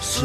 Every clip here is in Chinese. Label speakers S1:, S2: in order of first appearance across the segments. S1: 是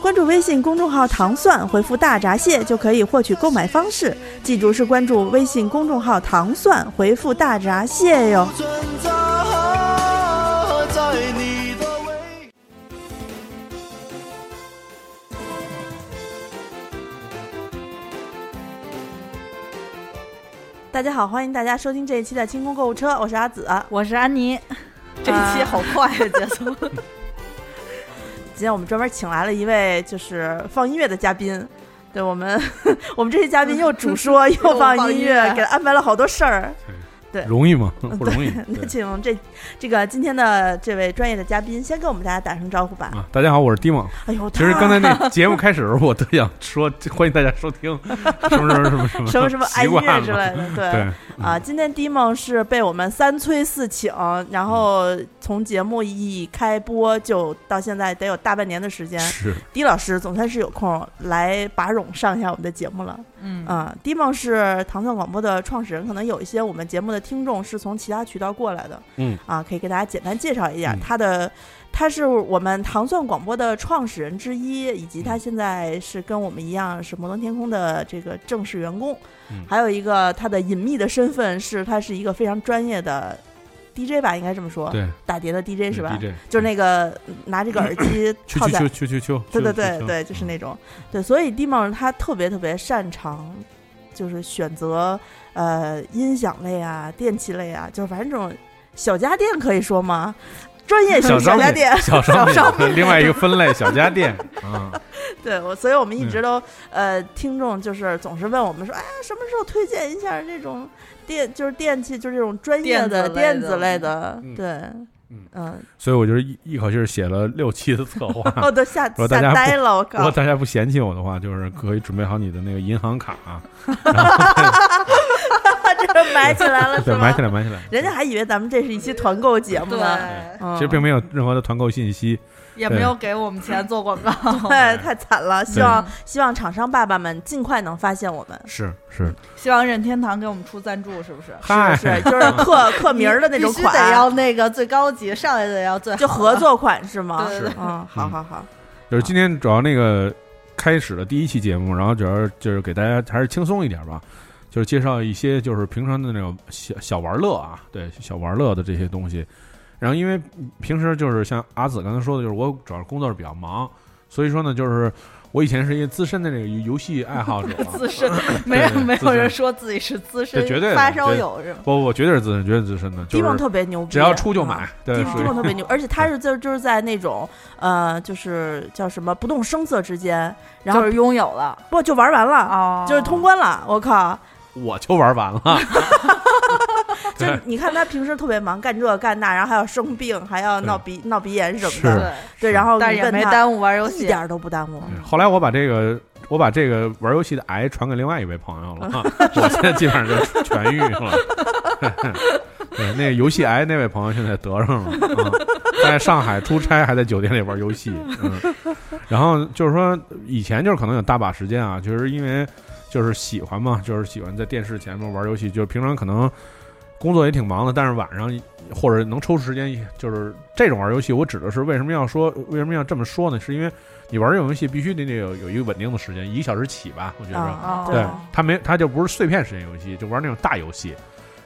S2: 关注微信公众号“糖蒜”，回复“大闸蟹”就可以获取购买方式。记住是关注微信公众号“糖蒜”，回复“大闸蟹”哟。
S3: 存在在你的胃。
S2: 大家好，欢迎大家收听这一期的清空购物车，我是阿紫。
S4: 我是安妮，啊这一期好快的节奏。
S2: 今天我们专门请来了一位就是放音乐的嘉宾，对我们 我们这些嘉宾又主 说又放
S4: 放
S2: 音
S4: 音
S2: 乐，
S4: 乐
S2: 给他安排了好多事儿。
S5: 容易吗？
S2: 嗯
S5: 不容易。
S2: 那
S5: 对
S2: 请这这个今天的这位专业的嘉宾先跟我们大家打声招呼吧。
S5: 啊，大家好，我是 迪梦。
S2: 哎呦，
S5: 其实
S2: 他
S5: 刚才那节目开始的时候，我特想说，欢迎大家收 听什么什么什么什么
S2: 什么什么爱
S5: 习
S2: 音乐
S5: 惯
S2: 之
S5: 了
S2: 类的，对
S5: 对，
S2: 啊，今天 d 梦是被我们三催四请，然后从节目一开播就到现在得有大半年的时间，
S5: 是
S2: 狄老师总算是有空来把冗上一下我们的节目了。
S4: 嗯
S2: 嗯，迪梦是糖蒜广播的创始人，可能有一些我们节目的听众是从其他渠道过来的，
S5: 嗯
S2: 啊，可以给大家简单介绍一下、
S5: 嗯
S2: 他的。他是我们糖蒜广播的创始人之一，以
S5: 嗯
S2: 及他现在是跟我们一样是摩登天空的这个正式员工，
S5: 嗯
S2: 还有一个他的隐秘的身份是他是一个非常专业的 DJ 吧，应该这么说，
S5: 对，
S2: 打碟的 DJ 哦是吧？
S5: DJ
S2: 就是那个呃拿这个耳机
S5: 去
S2: 套
S5: 去
S2: 在
S5: 去去去去，
S2: 对对
S5: 去
S2: 对对， 就是。那种
S5: 嗯
S2: 对，所以 d i m 他特别特别擅长，就是选择呃音响类啊、电器类啊，就是反正这种小家电可以说吗？专业型
S5: 小
S2: 小
S5: 商
S2: 家
S5: 品
S2: 电，，
S5: 小商
S2: 小
S5: 品，另外一个分类小家电啊，
S2: 对我，所以我们
S5: 嗯
S2: 一直都、呃，听众就是总是问我们说，哎呀，什么时候推荐一下这种电，就是电器，就是这种专业的电
S4: 电
S2: 子
S4: 子
S2: 类
S4: 类
S2: 的，
S5: 嗯
S2: 对，
S5: 嗯
S2: 嗯，
S5: 所以我就是一一口气儿写了六期的策划。
S2: 我都吓吓
S5: 啊说大家不
S2: 呆了， 我
S5: 如 果
S2: 靠，
S5: 大家不嫌弃我的话，就是可以准备好你的那个银 行卡，
S2: 这埋起来了是
S5: 对，
S2: 吗？
S5: 买起来，买起来。
S2: 人家还以为咱们这是一期团购节目
S4: 对，
S2: 呢，嗯
S5: 其实并没有任何的团购信息，
S4: 也
S5: 对
S4: 没有给我们钱做广告。
S2: 对，太惨了。希望希望厂商爸爸们尽快能发现我们，
S5: 是是，
S4: 希望任天堂给我们出赞助，是不是？
S5: 嗨，
S2: 是就是刻刻名儿的那种
S4: 嗯必须得
S2: 款，啊
S4: 要那个最高级，上来得要最好
S2: 就合。作款是吗？
S4: 对，
S5: 对对
S2: 嗯，好好好，
S5: 就是
S2: 啊
S5: 今天主要那个开始的第一期节目，然后主要就是给大家还是轻松一点吧，就是介绍一些就是平常的那种小小玩乐啊，对小玩乐的这些东西。然后因为平时就是像阿紫刚才说的，就是我主要工作是比较忙，所以说呢，就是我以前是一个资深的那个游戏爱好者、啊
S4: 资深，没有
S5: 对对
S4: 没
S5: 资
S4: 有
S5: 深
S4: 人说自己是资深
S5: 这绝对的
S4: 发烧
S5: 绝
S4: 友是吗？
S5: 不，我绝对是资深，绝对是资深的，就
S2: 迪梦
S5: 是
S2: 特别牛逼，
S5: 只要出就
S2: 嗯
S5: 买，对，
S2: 地
S5: 属
S2: 地
S5: 于
S2: 方特别牛，而且他是就就是在那种呃，就是叫什么不动声色之间，然后
S4: 就是拥有了
S2: 不就玩完了，
S4: 哦
S2: 就是通关了。我 靠！
S5: 我就玩完了，
S2: 就是你看他平时特别忙，干这干那，然后还要生病，还要闹鼻闹鼻炎什么的，
S5: 是
S4: 对，
S2: 对，然后
S4: 但
S2: 你
S4: 是也
S2: 问
S4: 没
S2: 他
S4: 耽误玩游戏，
S2: 一点儿都不耽误。
S5: 对后来我把这个我把这个玩游戏的癌传给另外一位朋友了，啊 我现在基本上就痊愈了。 对，那个游戏癌那位朋友现在得上了，啊、在上海出差，还在酒店里玩游戏。嗯，然后就是说，以前就是可能有大把时间啊，就是因为就是喜欢嘛，就是喜欢在电视前面玩游戏，就是平常可能工作也挺忙的，但是晚上或者能抽出时间，就是这种玩游戏，我指的是为什么要说为什么要这么说呢？是因为你玩这种游戏必须得得有有一个稳定的时间，一个小时起嗯吧，我觉得。
S2: 啊，
S4: 哦
S5: 对，它没，它就不是碎片时间游戏，就玩那种大游戏，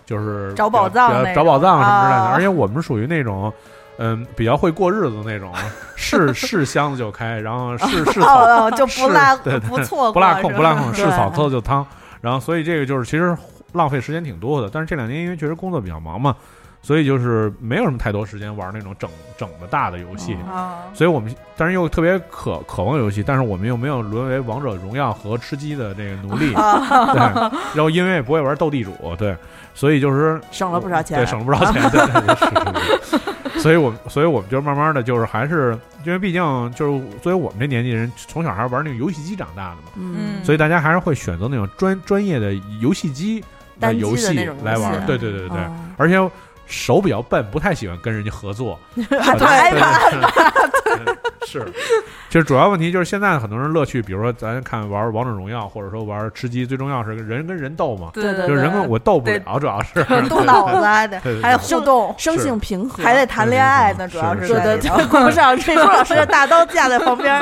S5: 就是
S4: 找
S5: 比较
S4: 宝藏
S5: 比较
S4: 那
S5: 找
S4: 种
S5: 宝藏什么之类的。
S4: 啊
S5: 而且我们属于那种，嗯，比较会过日子 那种，是是箱子就开，然后是是草
S4: 哦哦，就不
S5: 是
S4: 落
S5: 对对
S4: 不错过，
S5: 不落空
S4: 是
S5: 不落
S4: 吧
S5: 空，是
S2: 对
S5: 草凑就汤。然后所以这个就是其实浪费时间挺多的，但是这两年因为确实工作比较忙嘛，所以就是没有什么太多时间玩那种整整的大的游戏。
S6: 哦
S4: 啊，
S5: 所以我们但是又特别渴渴望游戏，但是我们又没有沦为王者荣耀和吃鸡的这个奴隶，对，然后因为也不会玩斗地主，对，所以就是
S2: 省了不少钱
S5: 对，。省了不少钱，对对对，是是是。所以我们所以我们就慢慢的就是还是因为毕竟就是作为我们这年纪人，从小还是玩那个游戏机长大的嘛，
S2: 嗯，
S5: 所以大家还是会选择那种专专业的游戏机的
S2: 单机的
S5: 游戏
S2: 那种游戏
S5: 来玩儿，
S2: 啊
S5: 对对对对对，
S2: 哦
S5: 而且手比较笨，不太喜欢跟人家合作，
S2: 还
S5: 对
S2: 拍吧，
S5: 对对是， 就是主要问题就是现在很多人乐趣，比如说咱看玩王者荣耀，或者说玩吃鸡，最重要是人跟人斗嘛，
S4: 嗯对
S2: 对
S5: 就是人跟我斗不
S4: 对
S5: 了，主要是
S4: 动脑子还得
S5: 对对对
S4: 还得互动，
S2: 生性平和，
S4: 还得谈恋爱呢，主
S5: 是
S4: 要
S5: 是
S4: 是
S2: 对
S4: 在
S2: 对
S4: 里头
S2: 对，顾不上 这朱老师的大刀架在旁边，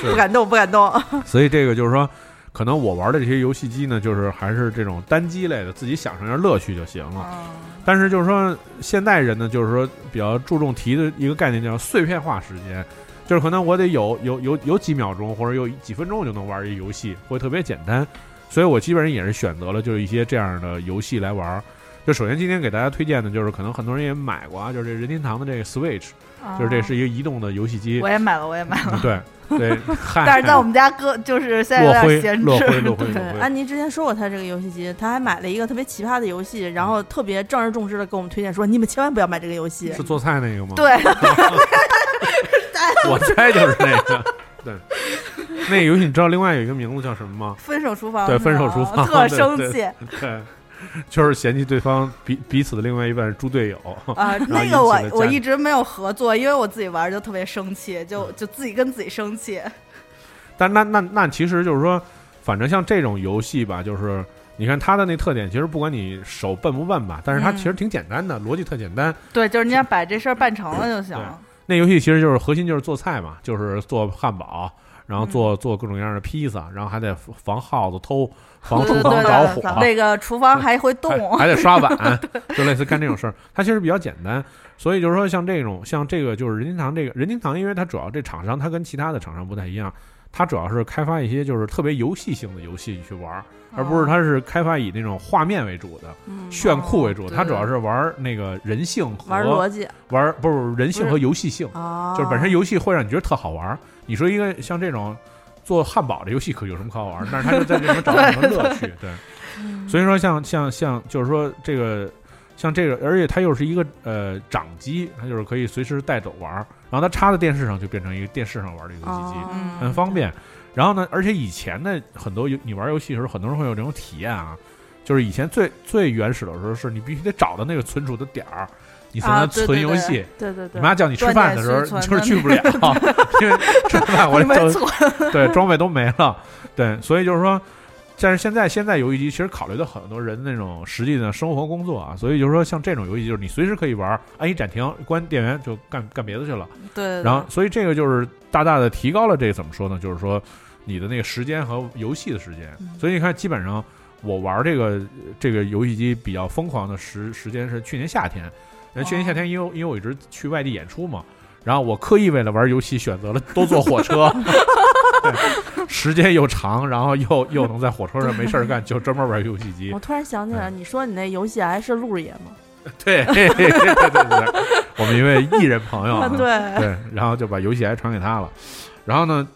S5: 是
S2: 不敢动，不敢动。
S5: 所以这个就是说，可能我玩的这些游戏机呢，就是还是这种单机类的，自己享受一下乐趣就行了。
S4: 嗯
S5: 但是就是说，现代人呢，就是说比较注重提的一个概念叫碎片化时间，就是可能我得有有有有几秒钟或者有几分钟我就能玩一游戏，会特别简单。所以我基本上也是选择了就是一些这样的游戏来玩儿。就首先今天给大家推荐的就是可能很多人也买过啊，就是这任天堂的这个 Switch，就是
S4: 哦
S5: 这是一个移动的游戏
S4: 啊
S5: 机
S4: 我。也买了，我也买了，
S5: 嗯对对，嗨
S4: 但是在我们家搁就是现在有
S5: 落
S4: 点
S5: 灰
S4: 闲
S5: 落灰
S4: 置，
S5: 落灰落
S4: 对
S5: 灰，
S2: 安妮之前说过她这个游戏机，她还买了一个特别奇葩的游戏，然后特别正而重之的跟我们推荐说，你们千万不要买这个游戏
S5: 是。做菜那个吗？，
S4: 对，
S5: 我猜就是那个。对，那个游戏你知道另外有一个名字叫什么吗？
S4: 分手厨房
S5: 对
S4: 是吧，
S5: 分手厨房
S4: 特
S5: 对
S4: 生
S5: 对
S4: 气
S5: 对，就是嫌弃对方彼彼此的另外一半是猪队友。
S4: 啊！
S5: 然后
S4: 那
S5: 引
S4: 个我
S5: 起了家
S4: 我
S5: 庭嗯
S4: 一直没有合作，因为我自己玩儿就特别生气，就就自己跟自己生气。
S5: 但那那那其实就是说，反正像这种游戏吧，就是你看它的那特点，其实不管你手笨不笨吧，但是它
S4: 嗯
S5: 其实挺简单的，逻辑特简单。
S4: 对，就是你要把这事儿办成了就行了。
S5: 那游戏其实就是核心就是做菜嘛，就是做汉堡，然后做
S4: 嗯
S5: 做各种各样的披萨，然后还得防耗子偷， 防厨
S4: 对对
S5: 房
S4: 对
S5: 着
S4: 对
S5: 火。
S4: 对那个厨房还会动，
S5: 还还得刷碗，就类似干这种事儿。它其实比较简单，所以就是说，像这种像这个就是任天堂这个任天堂，因为它主要这厂商它跟其他的厂商不太一样，它主要是开发一些就是特别游戏性的游戏去玩儿，而
S4: 哦
S5: 不是
S4: 嗯
S5: 它是开发以那种画面为主的、
S2: 嗯
S5: 哎炫酷为主，
S4: 哦
S5: 它主要是玩儿那个人性和
S2: 玩逻辑
S5: 玩儿不是人性和游戏性，
S2: 啊，
S5: 就是本身游戏会让你觉得特好玩儿。你说一个像这种做汉堡的游戏可有什么可好玩儿？但是它就在这里面找到很多乐趣，对。所以说像，像像就是说这个，像这个，而且它又是一个呃掌机，它就是可以随时带走玩儿。然后它插在电视上，就变成一个电视上玩儿的游戏机，
S2: 哦
S5: 很方便。然后呢，而且以前的很多游你玩游戏的时候，很多人会有这种体验啊，就是以前最最原始的时候，是你必须得找到那个存储的点儿，你才
S4: 啊
S5: 能
S4: 对
S5: 存
S4: 对
S5: 游
S4: 对
S5: 戏。
S2: 对对对
S5: 你，妈叫你吃饭的时候，
S4: 断
S5: 你
S4: 点
S5: 就是
S4: 续
S5: 去不了， 因为吃饭我
S4: 你们
S5: 这
S4: 错，
S5: 对装备都没了，对，所以就是说，但是现在现在游戏机其实考虑到很多人那种实际的生活工作啊，所以就是说像这种游戏就是你随时可以玩，按一暂停关电源就干干别的去了，
S4: 对对，对
S5: 然后所以这个就是大大的提高了这怎么说呢？就是说你的那个时间和游戏的时间，所以你看基本上我玩这个这个游戏机比较疯狂的时时间是去年夏天，呃去年夏天因为因为我一直去外地演出嘛，然后我刻意为了玩游戏选择了都坐火车。对时间又长，然后又又能在火车上没事儿干，就专门玩游戏机
S2: 我。突然想起
S5: 哎
S2: 来，你说你那游戏还是鹿爷吗？
S5: 对，对对对对，我们一位艺人朋友、啊，
S2: 对，
S5: 对，然后就把游戏还传给他了。然后呢，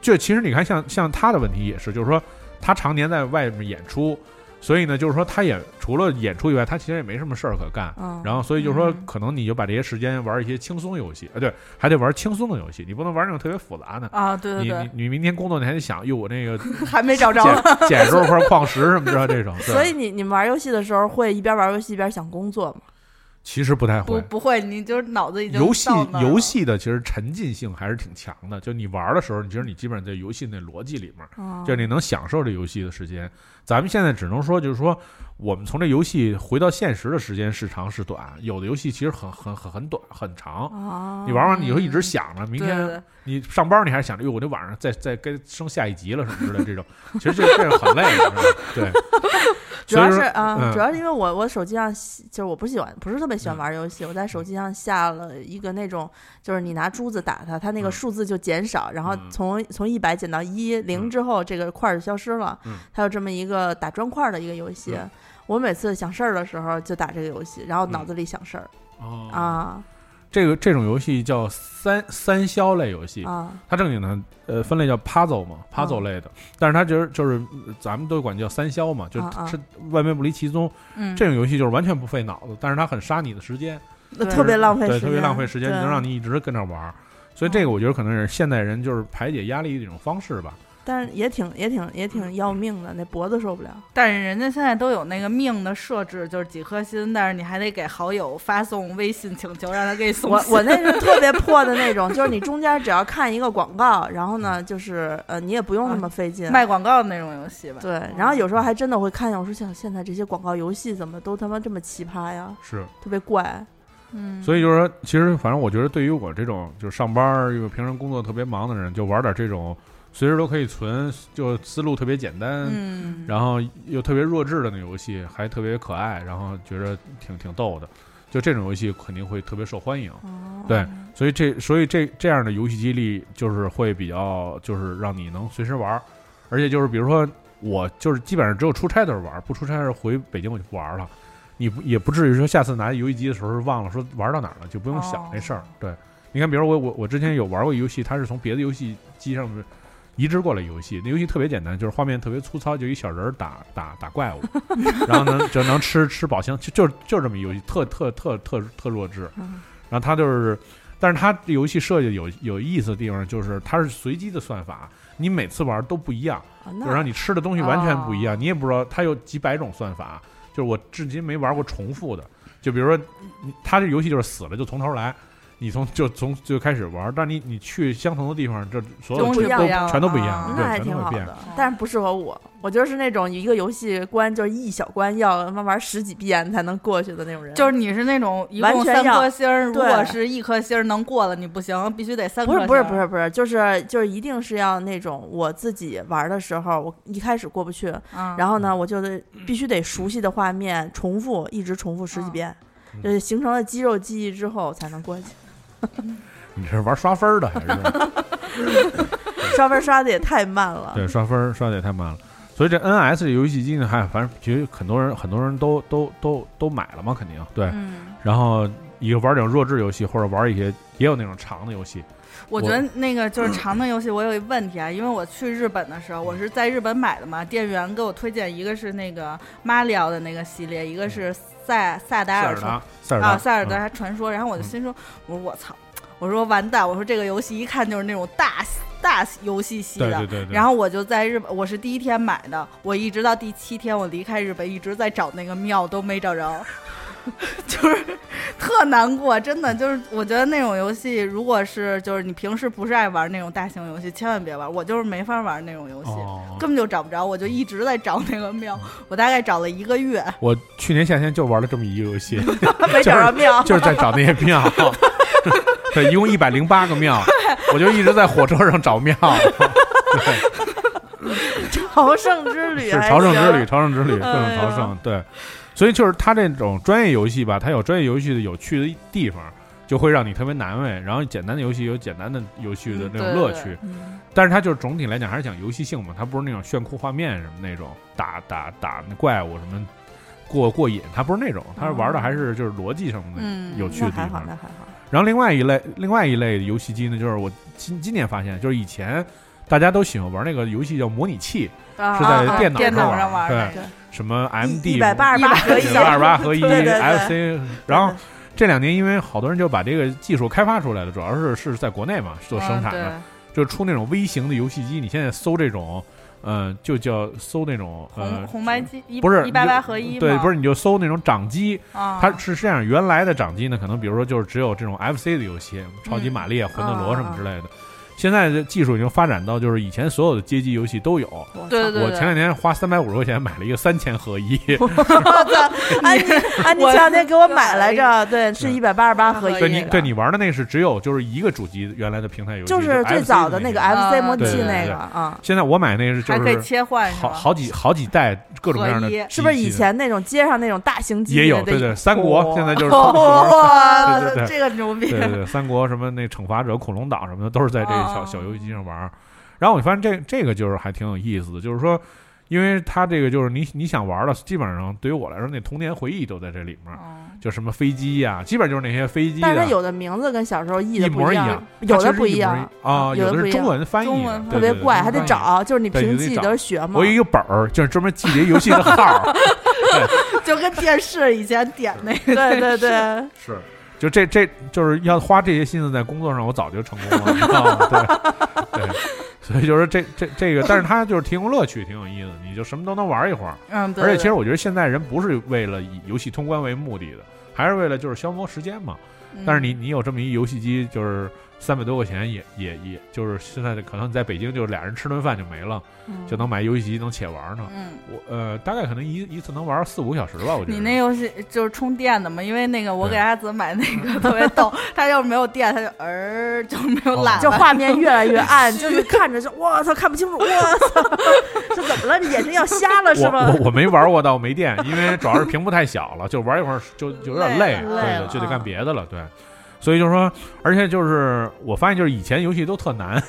S5: 这其实你看像，像他的问题也是，就是说他常年在外面演出，所以呢，就是说他也除了演出以外，他其实也没什么事儿可干。
S2: 嗯，
S5: 然后，所以就是说
S4: 嗯，
S5: 可能你就把这些时间玩一些轻松游戏，啊，对，还得玩轻松的游戏，你不能玩那种特别复杂的。
S4: 啊，对对
S5: 你你
S4: 对，
S5: 你明天工作你还得想，哟，我那 个
S4: 还没找着呢，
S5: 捡捡着块矿石什么之类的这种，对
S2: 所以你你们玩游戏的时候会一边玩游戏一边想工作吗？
S5: 其实不太
S4: 不
S5: 会。
S4: 不会，你就是脑子已经
S5: 游戏
S4: 到那儿了
S5: 游戏的其实沉浸性还是挺强的，就你玩的时候，你其实你基本上在游戏那逻辑里面，
S2: 哦
S5: 就是你能享受这游戏的时间。咱们现在只能说，就是说，我们从这游戏回到现实的时间是长是短。有的游戏其实很很很很短很长，
S2: 哦，
S5: 你玩完你就一直想着，
S4: 对
S5: 明
S4: 对
S5: 天
S4: 对
S5: 你上班你还是想着，哟，哎我这晚上再再该升下一集了什么之类的这种，其实这这是很累的，是吧 对。
S2: 主要是
S5: 所以说
S2: 啊，
S5: 嗯
S2: 主要是因为我我手机上喜就是我不喜欢，不是特别喜欢
S5: 嗯
S2: 玩游戏。我在手机上下了一个那种，就是你拿珠子打它，它那个
S5: 嗯
S2: 数字就减少，然后
S5: 嗯
S2: 从从一百减到一零
S5: 嗯
S2: 之后，这个块儿就消失了
S5: 嗯。
S2: 它有这么一个打砖块儿的一个游戏
S5: 嗯，
S2: 我每次想事儿的时候就打这个游戏，然后脑子里想事儿、
S5: 哦，
S2: 啊
S5: 这个这种游戏叫三三消类游戏，
S2: 啊，
S5: 它正经的呃分类叫 puzzle 嘛，puzzle 类的，但是它就是就是咱们都管叫三消嘛，就
S2: 啊啊
S5: 是外面不离其宗。
S4: 嗯，
S5: 这种游戏就是完全不费脑子，但是它很杀你的时间，
S2: 那
S4: 对
S2: 特别浪费时
S5: 对，
S2: 间，
S5: 特别浪费时间，
S2: 对嗯
S5: 能让你一直跟那玩儿。所以这个我觉得可能是现代人就是排解压力的一种方式吧。
S2: 但是也挺也挺也
S5: 嗯
S2: 挺要命的，那脖子受不了。
S4: 但是人家现在都有那个命的设置，就是几颗星，但是你还得给好友发送微信请求，让他给你送
S2: 我
S4: 星。
S2: 我那是特别破的那种，就是你中间只要看一个广告，然后
S5: 嗯
S2: 呢，就是呃，你也不用
S5: 啊
S2: 那么费劲。
S4: 卖广告的那种游戏吧。
S2: 对，然
S5: 哦
S2: 后有时候还真的会看见，我说想现在这些广告游戏怎么都他妈这么奇葩呀，
S5: 是，
S2: 特别怪。
S4: 嗯，
S5: 所以就是说，其实反正我觉得，对于我这种就是上班儿又平时工作特别忙的人，就玩点这种随时都可以存，就思路特别简单，
S4: 嗯，
S5: 然后又特别弱智的那游戏，还特别可爱，然后觉着挺挺逗的。就这种游戏肯定会特别受欢迎，
S2: 哦
S5: 对所以这所以这这样的游戏机力就是会比较就是让你能随时玩儿，而且就是比如说我就是基本上只有出差的时候玩儿，不出差的时候回北京我就不玩儿了，你不也不至于说下次拿游戏机的时候忘了说玩到哪儿了，就不用想这事儿。
S4: 哦
S5: 对，你看，比如我我我之前有玩过一游戏，它是从别的游戏机上面移植过来游戏，那游戏特别简单，就是画面特别粗糙，就一小人儿打打打怪物， 然后能就能吃吃宝箱，就就就是这么一游戏，特特特特特弱智。
S2: 嗯
S5: 然后它就是，但是它这游戏设计有有意思的地方就是它是随机的算法，你每次玩都不一样，
S2: 啊
S5: 就
S2: 那
S5: 是让你吃的东西完全不一样，你也不知道它有几百种算法，就是我至今没玩过重复的。就比如说，你它这游戏就是死了就从头来，你从就从最开始玩，但你你去相同的地方，这所有
S4: 东西
S5: 都
S4: 不一样
S5: 全都不一
S4: 啊
S5: 样，
S2: 那
S5: 对，
S2: 还
S5: 全
S2: 挺
S5: 都
S2: 好
S5: 会变。
S2: 的，但是不适合我。我就是那种一个游戏关就是一小关要他妈玩十几遍才能过去的那种人。
S4: 就是你是那种一共
S2: 完全
S4: 三
S2: 要
S4: 颗星儿，如
S2: 对
S4: 果是一颗星儿能过了你不行，必须得三颗
S2: 不
S4: 星
S2: 是
S4: 儿。
S2: 不是不是不是，就是就是一定是要那种我自己玩的时候，我一开始过不去，
S4: 嗯，
S2: 然后呢，我就得必须得熟悉的画面重复，一直重复十几
S4: 嗯
S2: 遍，
S5: 嗯
S2: 就是形成了肌肉记忆之后才能过去。
S5: 你这是玩刷分儿的还是？
S2: 刷分刷的也太慢了，
S5: 对，刷分儿刷的也太慢了。所以这 NS 这游戏机呢，哎还反正其实很多人很多人都都都都买了嘛，肯定对。
S4: 嗯，
S5: 然后一个玩这种弱智游戏，或者玩一些也有那种长的游戏，
S4: 我觉得那个就是长的游戏，我有一问题啊，因为我去日本的时候，我是在日本买的嘛，店员给我推荐一个是那个马里奥的那个系列，一个是萨萨达
S5: 塞
S4: 尔
S5: 尔
S4: 传
S5: 达，塞尔达，
S4: 啊塞尔
S5: 嗯
S4: 达传说，然后我就
S5: 嗯
S4: 心说，我说我操，我说完蛋，我说这个游戏一看就是那种大大游戏系
S5: 对
S4: 的，
S5: 对对对，
S4: 然后我就在日本，我是第一天买的，我一直到第七天我离开日本，一直在找那个庙都没找着， 就是特难过，真的就是我觉得那种游戏，如果是就是你平时不是爱玩那种大型游戏，千万别玩，我就是没法玩那种游戏。
S5: 哦，
S4: 根本就找不着，我就一直在找那个庙，我大概找了一个月，
S5: 我去年夏天就玩了这么一个游戏，
S2: 没找着妙。
S5: 就是在找那些 庙， 对，一共一百零八个庙，我就一直在火车上 找庙，对，
S2: 朝圣之旅
S5: 是
S2: 还
S5: 朝圣之
S2: 行
S5: 旅，朝圣之旅，
S4: 嗯
S5: 各种朝圣，对，所以就是它这种专业游戏吧，它有专业游戏的有趣的地方。就会让你特别难为，然后简单的游戏有简单的游戏的那种
S4: 嗯对
S5: 乐
S4: 对
S5: 趣，
S2: 嗯
S5: 但是它就是总体来讲还是讲游戏性嘛，它不是那种炫酷画面什么那种打打打那怪物什么过过瘾，它不是那种，它是玩的还是就是逻辑上的
S4: 嗯
S5: 有趣
S2: 那
S5: 的地
S2: 还好
S5: 方。，
S2: 那还好。
S5: 然后另外一类另外一类游戏机呢，就是我今今年发现，就是以前大家都喜欢玩那个游戏叫模拟器，是
S4: 啊
S5: 在
S4: 啊
S5: 电脑
S4: 电
S5: 上
S4: 脑
S5: 玩
S4: 上玩
S5: 对
S4: 那个
S5: 什么 MD
S2: 一百八十八合一，
S5: 二八合一
S2: 对对对
S5: FC，然后。这两年，因为好多人就把这个技术开发出来了，主要是是在国内嘛做生
S2: 啊
S5: 产的，
S4: 嗯
S5: 就出那种微型的游戏机。你现在搜这种，呃，就叫搜那种
S4: 对红
S5: 呃，
S4: 红白机一
S5: 不是
S4: 一八八合一
S5: 对，
S4: 嘛
S5: 不是你就搜那种掌机，
S4: 啊，
S5: 它是这样，原来的掌机呢，可能比如说就是只有这种 FC 的游戏，超级玛丽、啊、魂斗罗什么之类
S4: 嗯
S5: 的。
S4: 啊
S5: 现在的技术已经发展到，就是以前所有的街机游戏都有。
S4: 对对
S5: 我前两天花三百五十块钱买了一个三千 合一，
S2: 我操！安妮，安妮
S4: 我
S2: 前两天给我买
S4: 买了
S2: 来
S4: 一
S2: 着，对，是一百八十八合一那个。
S4: 对
S5: 对你对你玩的那是只有就是一个主机原来的平台游戏，
S2: 就是最
S5: FC
S2: 早的那
S5: 那
S2: 个
S5: 个。
S4: 啊
S2: FC 模拟
S5: 对
S2: 器
S5: 对
S2: 那
S5: 对
S2: 个啊，
S5: 现在我买那是就
S4: 还可以
S5: 是
S4: 切换是
S5: 好
S4: 吧？
S5: 好几好几代各种各样的
S4: 合一
S5: 机器，
S2: 是不是以前那种街上那种大型机
S5: 也有？
S2: 那
S5: 对对，
S2: 一
S5: 三国
S2: 坨
S5: 现在就是三国。
S4: 哇
S5: 对对对
S4: 这个牛逼！
S5: 对 对对，三国什么那惩罚者、恐龙岛什么的，都是在这个
S4: 哦
S5: 小小游戏机上玩儿。然后我发现这这个就是还挺有意思的，就是说，因为它这个就是你你想玩的，基本上对于我来说，那童年回忆都在这里面，
S4: 哦
S5: 就什么飞机呀、基本就是那些飞机
S2: 但是它
S5: 的。
S2: 有的名字跟小时候译的
S5: 一
S2: 不
S5: 模一
S2: 样
S5: 样，，
S2: 有
S5: 它
S2: 的
S5: 其实
S2: 不
S5: 一模一
S2: 样，
S5: 啊，
S2: 有的
S5: 有
S2: 不
S5: 是
S2: 一
S5: 中
S2: 样
S5: 文翻译
S4: 中
S5: 的
S4: 文，
S5: 对
S2: 特别
S5: 对对
S2: 怪，
S5: 中
S2: 还
S5: 文
S2: 得
S5: 翻译
S2: 找，就是你
S5: 对
S2: 凭
S5: 你得
S2: 自己
S5: 找
S2: 的学嘛
S5: 我。有一个本儿，就是专门记这游戏的号儿。
S4: 就跟电视以前点那个，
S2: 对对对，
S5: 是，就这这就是要花这些心思在工作上，我早就成功了，你知道 吗？对对，所以就是这这这个，但是它就是提供乐趣，挺有意思，你就什么都能玩一会儿。
S4: 嗯，对
S5: 而且其实我觉得现在人不是为了以游戏通关为目的的，还是为了就是消磨时间嘛。
S4: 嗯
S5: 但是你你有这么一游戏机，就是三百多块钱也也也就是现在可能你在北京就是俩人吃顿饭就没了， 就能买游戏机能且玩呢。
S4: 嗯。
S5: 我呃大概可能一一次能玩四五个小时吧，我觉得。
S4: 你那游戏就是充电的嘛？因为那个我给
S5: 嗯
S4: 阿紫买那个特别逗，他要是没有电，他就儿就没有
S5: 哦
S4: 喇
S2: 就
S4: 叭。
S2: 画面越来越 暗，就是看着就我操看不清楚，我操， 这怎么了？你眼睛要瞎 了是
S5: 我
S2: 吗？
S5: 我我没玩过，倒没电，因为主要是屏幕太小了，就玩一会儿就就有点
S4: 累
S5: 累，
S4: 了啊
S2: 累
S5: 对
S2: 了
S5: 的，就得
S2: 嗯
S5: 干别的了，对。所以就是说，而且就是我发现，就是以前游戏都特难，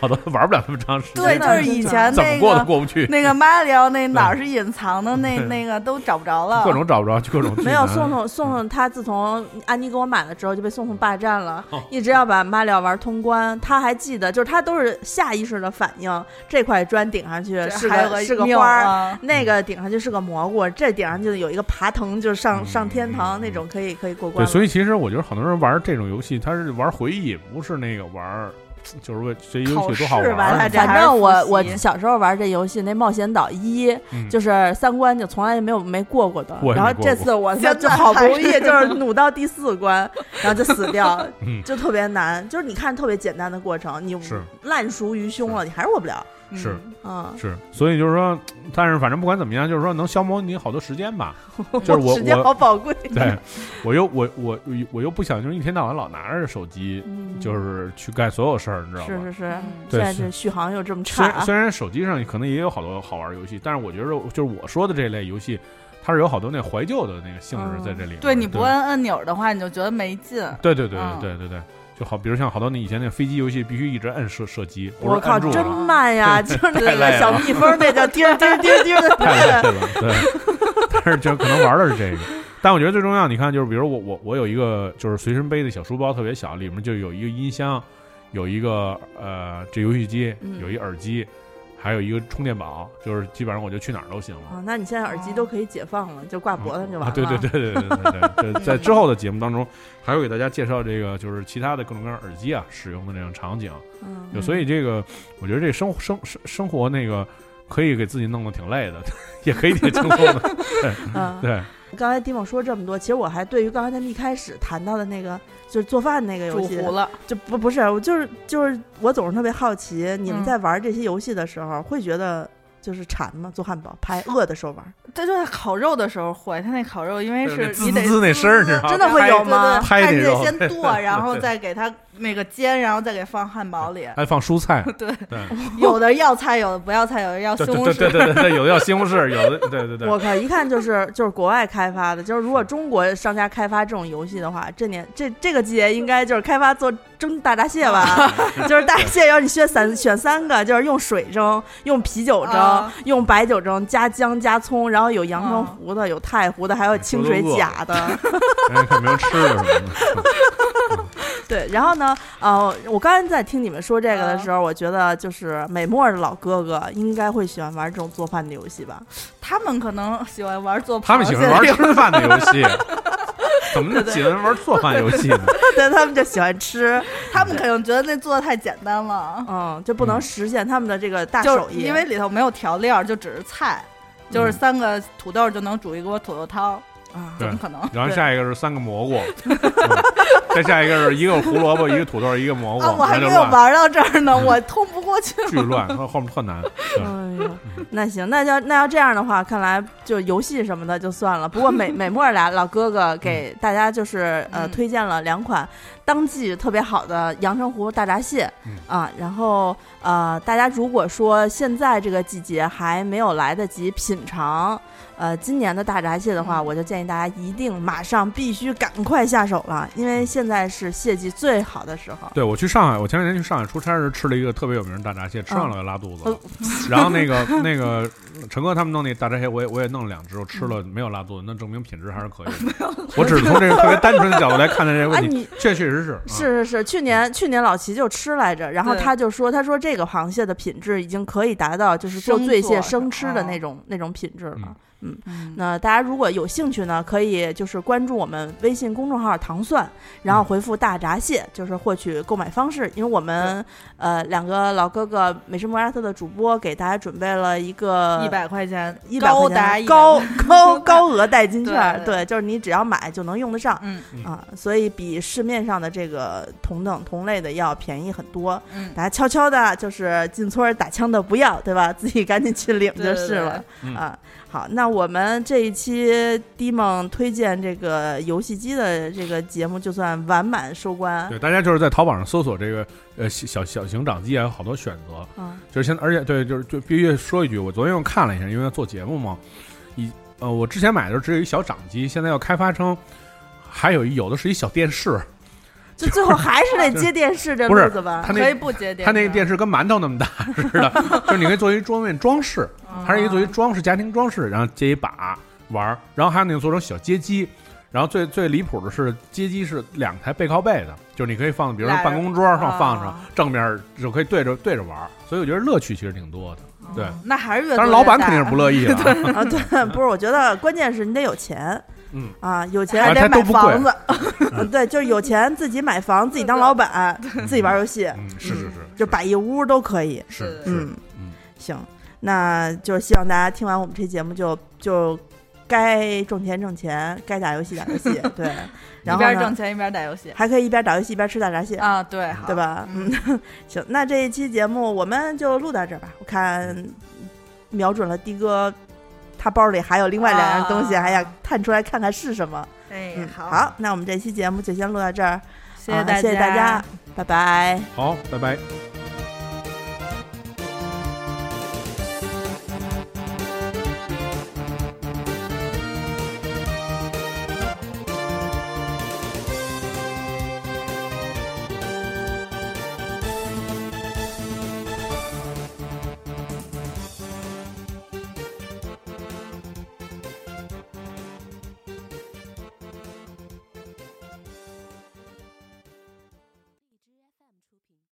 S5: 好多玩不了那么长时间，
S4: 对，就是以前
S5: 怎么
S4: 那
S5: 过都
S4: 个
S5: 过不去，
S4: 那个马里奥那哪儿是隐藏的，那
S5: 对
S4: 那个都找不着了。
S5: 各种找不着，就各种
S2: 没有
S5: 送
S2: 宋宋宋宋，他自从安妮给我买了之后，就被宋宋霸占了
S5: 哦，
S2: 一直要把马里奥玩通关。他还记得，就是他都是下意识的反应，这块砖顶上去
S4: 这
S2: 是
S4: 还有
S2: 个是个
S4: 命
S2: 花儿，
S4: 啊
S2: 那个顶上去是个蘑菇，这顶上就有一个爬藤，就是上
S5: 嗯
S2: 上天堂
S5: 嗯
S2: 那种，可以可以过关
S5: 对，
S2: 了。
S5: 所以其实我觉得很多人玩这种游戏，他是玩回忆，不是那个玩，就是为这游戏多好
S4: 考试
S5: 玩
S4: 吧他
S5: 儿
S4: 这还
S2: 反
S4: 是
S2: 正我
S4: 复习
S2: 我小时候玩这游戏，那冒险岛一
S5: 嗯
S2: 就是三关就从来没有没过过的，
S5: 我也没
S2: 然后这
S5: 过过
S2: 次我就
S4: 现在
S2: 就好不容易
S4: 还是
S2: 就是努到第四关，然后就死掉，
S5: 嗯
S2: 就特别难。就是你看特别简单的过程，你
S5: 是
S2: 烂熟于胸了，你还是过不了。
S5: 是
S2: 嗯，
S5: 是，所以就是说，但是反正不管怎么样，就是说能消磨你好多时间吧，就是我
S2: 时间
S5: 我
S2: 好宝贵。
S5: 对，我又我我我又不想就是一天到晚老拿着手机，
S2: 嗯，
S5: 就是去干所有事儿，你知道
S2: 是
S5: 吗？
S2: 是是，
S4: 嗯
S2: 现
S5: 对
S2: 在
S5: 是
S2: 这续航又这么
S5: 虽
S2: 差
S5: 然
S2: 啊，
S5: 虽然手机上可能也有好多好玩儿游戏，但是我觉得就是我说的这类游戏，它是有好多那怀旧的那个性质在
S2: 嗯
S5: 这里面。
S4: 对，你不按按钮的话，你就觉得没劲。
S5: 对对对
S4: 嗯
S5: 对对对对，就好，比如像好多那以前那飞机游戏，必须一直摁射射击，不是
S2: 我靠，
S5: 按住
S2: 真
S5: 了，
S2: 慢呀！就是那
S5: 太累
S2: 个
S5: 了
S2: 小蜜蜂，那叫叮儿叮儿叮儿叮儿
S5: 太累
S2: 的，
S5: 了， 对。但是就可能玩的是这个，但我觉得最重要，你看就是比如我我我有一个就是随身背的小书包，特别小，里面就有一个音箱，有一个呃这游戏机
S2: 嗯，
S5: 有一耳机。还有一个充电宝，就是基本上我就去哪儿都行了。
S2: 啊，那你现在耳机都可以解放了，就挂脖子上就完了。
S5: 啊。对对对对对对对，对在之后的节目当中，还会给大家介绍这个就是其他的各种各样耳机啊使用的这种场景。
S2: 嗯，
S5: 就所以这个，我觉得这个生生生生活那个可以给自己弄得挺累的， 也可以挺轻松的。
S2: 嗯。
S5: 对，
S2: 刚才蒂梦说这么多，其实我还对于刚才他们一开始谈到的那个，就是做饭那个游
S4: 煮
S2: 戏，
S4: 糊了，
S2: 就不不是我就是就是我总是特别好奇，你们
S4: 嗯
S2: 在玩这些游戏的时候、会觉得就是馋吗？做汉堡拍饿的时候玩，
S4: 这就是烤肉的时候会，他那烤肉因为
S5: 对
S4: 是
S5: 滋
S4: 你得
S5: 滋滋那声儿你知道吗
S4: 滋
S2: 真的会有吗
S4: 对对对
S5: 拍那
S4: 你得
S5: 肉
S4: 先剁，然后再给它那个煎，然后再给放汉堡里。
S5: 还放蔬菜，
S4: 对，
S5: 对，
S4: 有的要菜，有的不要菜，有的要西
S5: 对
S4: 红
S5: 对对
S4: 柿。
S5: 对对对，有的要西红柿，有的对对对，
S2: 我靠，一看就是就是国外开发的，就是如果中国商家开发这种游戏的话，这年这这个季节应该就是开发做蒸大闸蟹吧， 就是大闸蟹要你选三选三个，就是用水蒸、用啤酒蒸、
S4: 啊
S2: 用白酒蒸，加姜加葱，然后有阳澄
S4: 啊
S2: 湖的，有太湖的，还有清水甲的。
S5: 哎看有没有吃的什么的。
S2: 对，然后呢，呃，我刚才在听你们说这
S4: 啊
S2: 个的时候，我觉得就是美墨的老哥哥应该会喜欢玩这种做饭的游戏吧？
S4: 他们可能喜欢玩做螃蟹，
S5: 他们喜欢玩吃饭的游 戏，怎么就喜欢玩做饭游戏呢？
S2: 对，他们就喜欢吃，
S4: 他们可能觉得那做的太简单了，
S2: 嗯，就不能实现他们的这个大
S4: 就
S2: 手
S4: 是
S2: 艺，
S4: 因为里头没有调料，就只是菜，
S5: 嗯
S4: 就是三个土豆就能煮一锅土豆汤，
S2: 啊，
S4: 怎么可能？
S5: 然后下一个是三个蘑菇，嗯再下一个是一个胡萝卜，一个土豆，一个蘑菇，
S4: 啊，我还
S5: 然后
S4: 没
S5: 就
S4: 有
S5: 乱，
S4: 玩到这儿
S5: 嗯
S4: 呢，我通不过去。
S5: 巨乱，后后面特难。 对嗯
S2: 哎呦，那行，那要那要这样的话，看来就游戏什么
S5: 嗯
S2: 的就算了。不过美美墨俩老哥哥给大家就是呃
S4: 嗯
S2: 推荐了两款当季特别好的阳澄湖大闸蟹、
S5: 嗯
S2: 啊。然后呃，大家如果说现在这个季节还没有来得及品尝呃今年的大闸蟹的话，
S4: 嗯
S2: 我就建议大家一定马上必须赶快下手了，因
S5: 嗯
S2: 为现在是蟹季最好的时候。
S5: 对我去上海，我前两天去上海出差时吃了一个特别有名的大闸蟹，吃上
S2: 嗯
S5: 了拉肚子了。 然后那 个那个陈哥他们弄那大闸蟹，我也我也弄了两只，我吃
S2: 嗯
S5: 了没有拉肚子，那证明品质还是可以 的。我只是从这个特别单纯的角度来看待这个
S2: 啊，
S5: 问题，
S2: 你
S5: 确确实是啊
S2: 是是是，去年去年老齐就吃来着，然后
S4: 嗯对
S2: 他就说，他说这个螃蟹的品质已经可以达到就是做
S4: 生
S2: 醉蟹
S4: 做
S2: 生
S4: 是
S2: 吃的
S4: 哦
S2: 那种、那种品质了。
S5: 嗯
S4: 嗯
S2: 那大家如果有兴趣呢，可以就是关注我们微信公众号“糖蒜”，然
S4: 嗯
S2: 后回复“大闸蟹”，就是获取购买方式。因为我们呃两个老哥哥美食莫扎特的主播给大家准备了一个
S4: 一百块钱，
S2: 一百
S4: 呃高
S2: 块
S4: 达
S2: 钱高高
S4: 达
S2: 高额代金券儿，
S4: 对对
S2: 对，就是你只要买就能用得上。
S4: 嗯
S5: 嗯
S2: 啊，所以比市面上的这个同等同类的要便宜很多。
S4: 嗯，
S2: 大家悄悄的，就是进村儿打枪的不要，对吧？自己赶紧去领
S4: 对
S2: 就
S4: 对
S2: 是
S4: 对
S2: 了。
S5: 嗯
S2: 啊，好，那我们这一期迪梦推荐这个游戏机的这个节目就算完满收官。
S5: 嗯对，大家就是在淘宝上搜索这个呃小小小型掌机啊，有好多选择。
S2: 嗯
S5: 就是现在，而且对，就是就必须说一句，我昨天又看了一下，因为要做节目嘛，以呃，我之前买的时候只有一小掌机，现在要开发成，还有一有的是一小电视，
S2: 就最后还是得接电视这
S5: 不是
S2: 路子 吧。
S5: 它那
S4: 可以不接电，
S5: 它那个电视跟馒头那么大 似的，就是你可以作为桌面装饰，
S4: 嗯
S5: 它是一个作为装饰家庭装饰，然后接一把玩儿，然后还有那种做成小街机。然后最最离谱的是，街机是两台背靠背的，就是你可以放，比如说
S4: 俩人
S5: 办公桌上放上
S4: 啊，
S5: 正面就可以对着对着玩儿，所以我觉得乐趣其实挺多的。对，
S4: 嗯那还是越
S5: 当
S4: 做
S5: 然老
S4: 越
S5: 板
S4: 大
S5: 肯定是不乐意的啊，
S2: 啊，对，不是，我觉得关键是你得有钱。
S5: 嗯
S2: 啊，有钱
S4: 还
S5: 而且
S4: 得
S5: 它
S4: 买
S5: 都不贵
S4: 房子，
S2: 嗯， 对，就是有钱自己买房，自己当老板，自己玩游戏，
S5: 嗯，是是是，
S2: 就摆一屋都可以。
S5: 是是是
S2: 嗯
S5: 嗯，
S2: 行，那就是希望大家听完我们这节目就就该挣钱挣钱，该打游戏打游 戏，对，然
S4: 一
S2: 后
S4: 边
S2: 呢
S4: 挣钱一边打游戏
S2: 还可以一边打游戏一边吃大闸蟹，
S4: 啊，对，好
S2: 对？吧？嗯，行，那这一期节目我们就录到这儿吧。我看瞄准了的哥，他包里还有另外两样东西，
S4: 啊
S2: 还想探出来看看是什么。
S4: 哎
S2: 嗯，，
S4: 好，
S2: 好，那我们这期节目就先录到这儿，
S4: 谢
S2: 啊
S4: 谢大
S2: 谢谢大家，拜拜。
S5: 好，拜拜。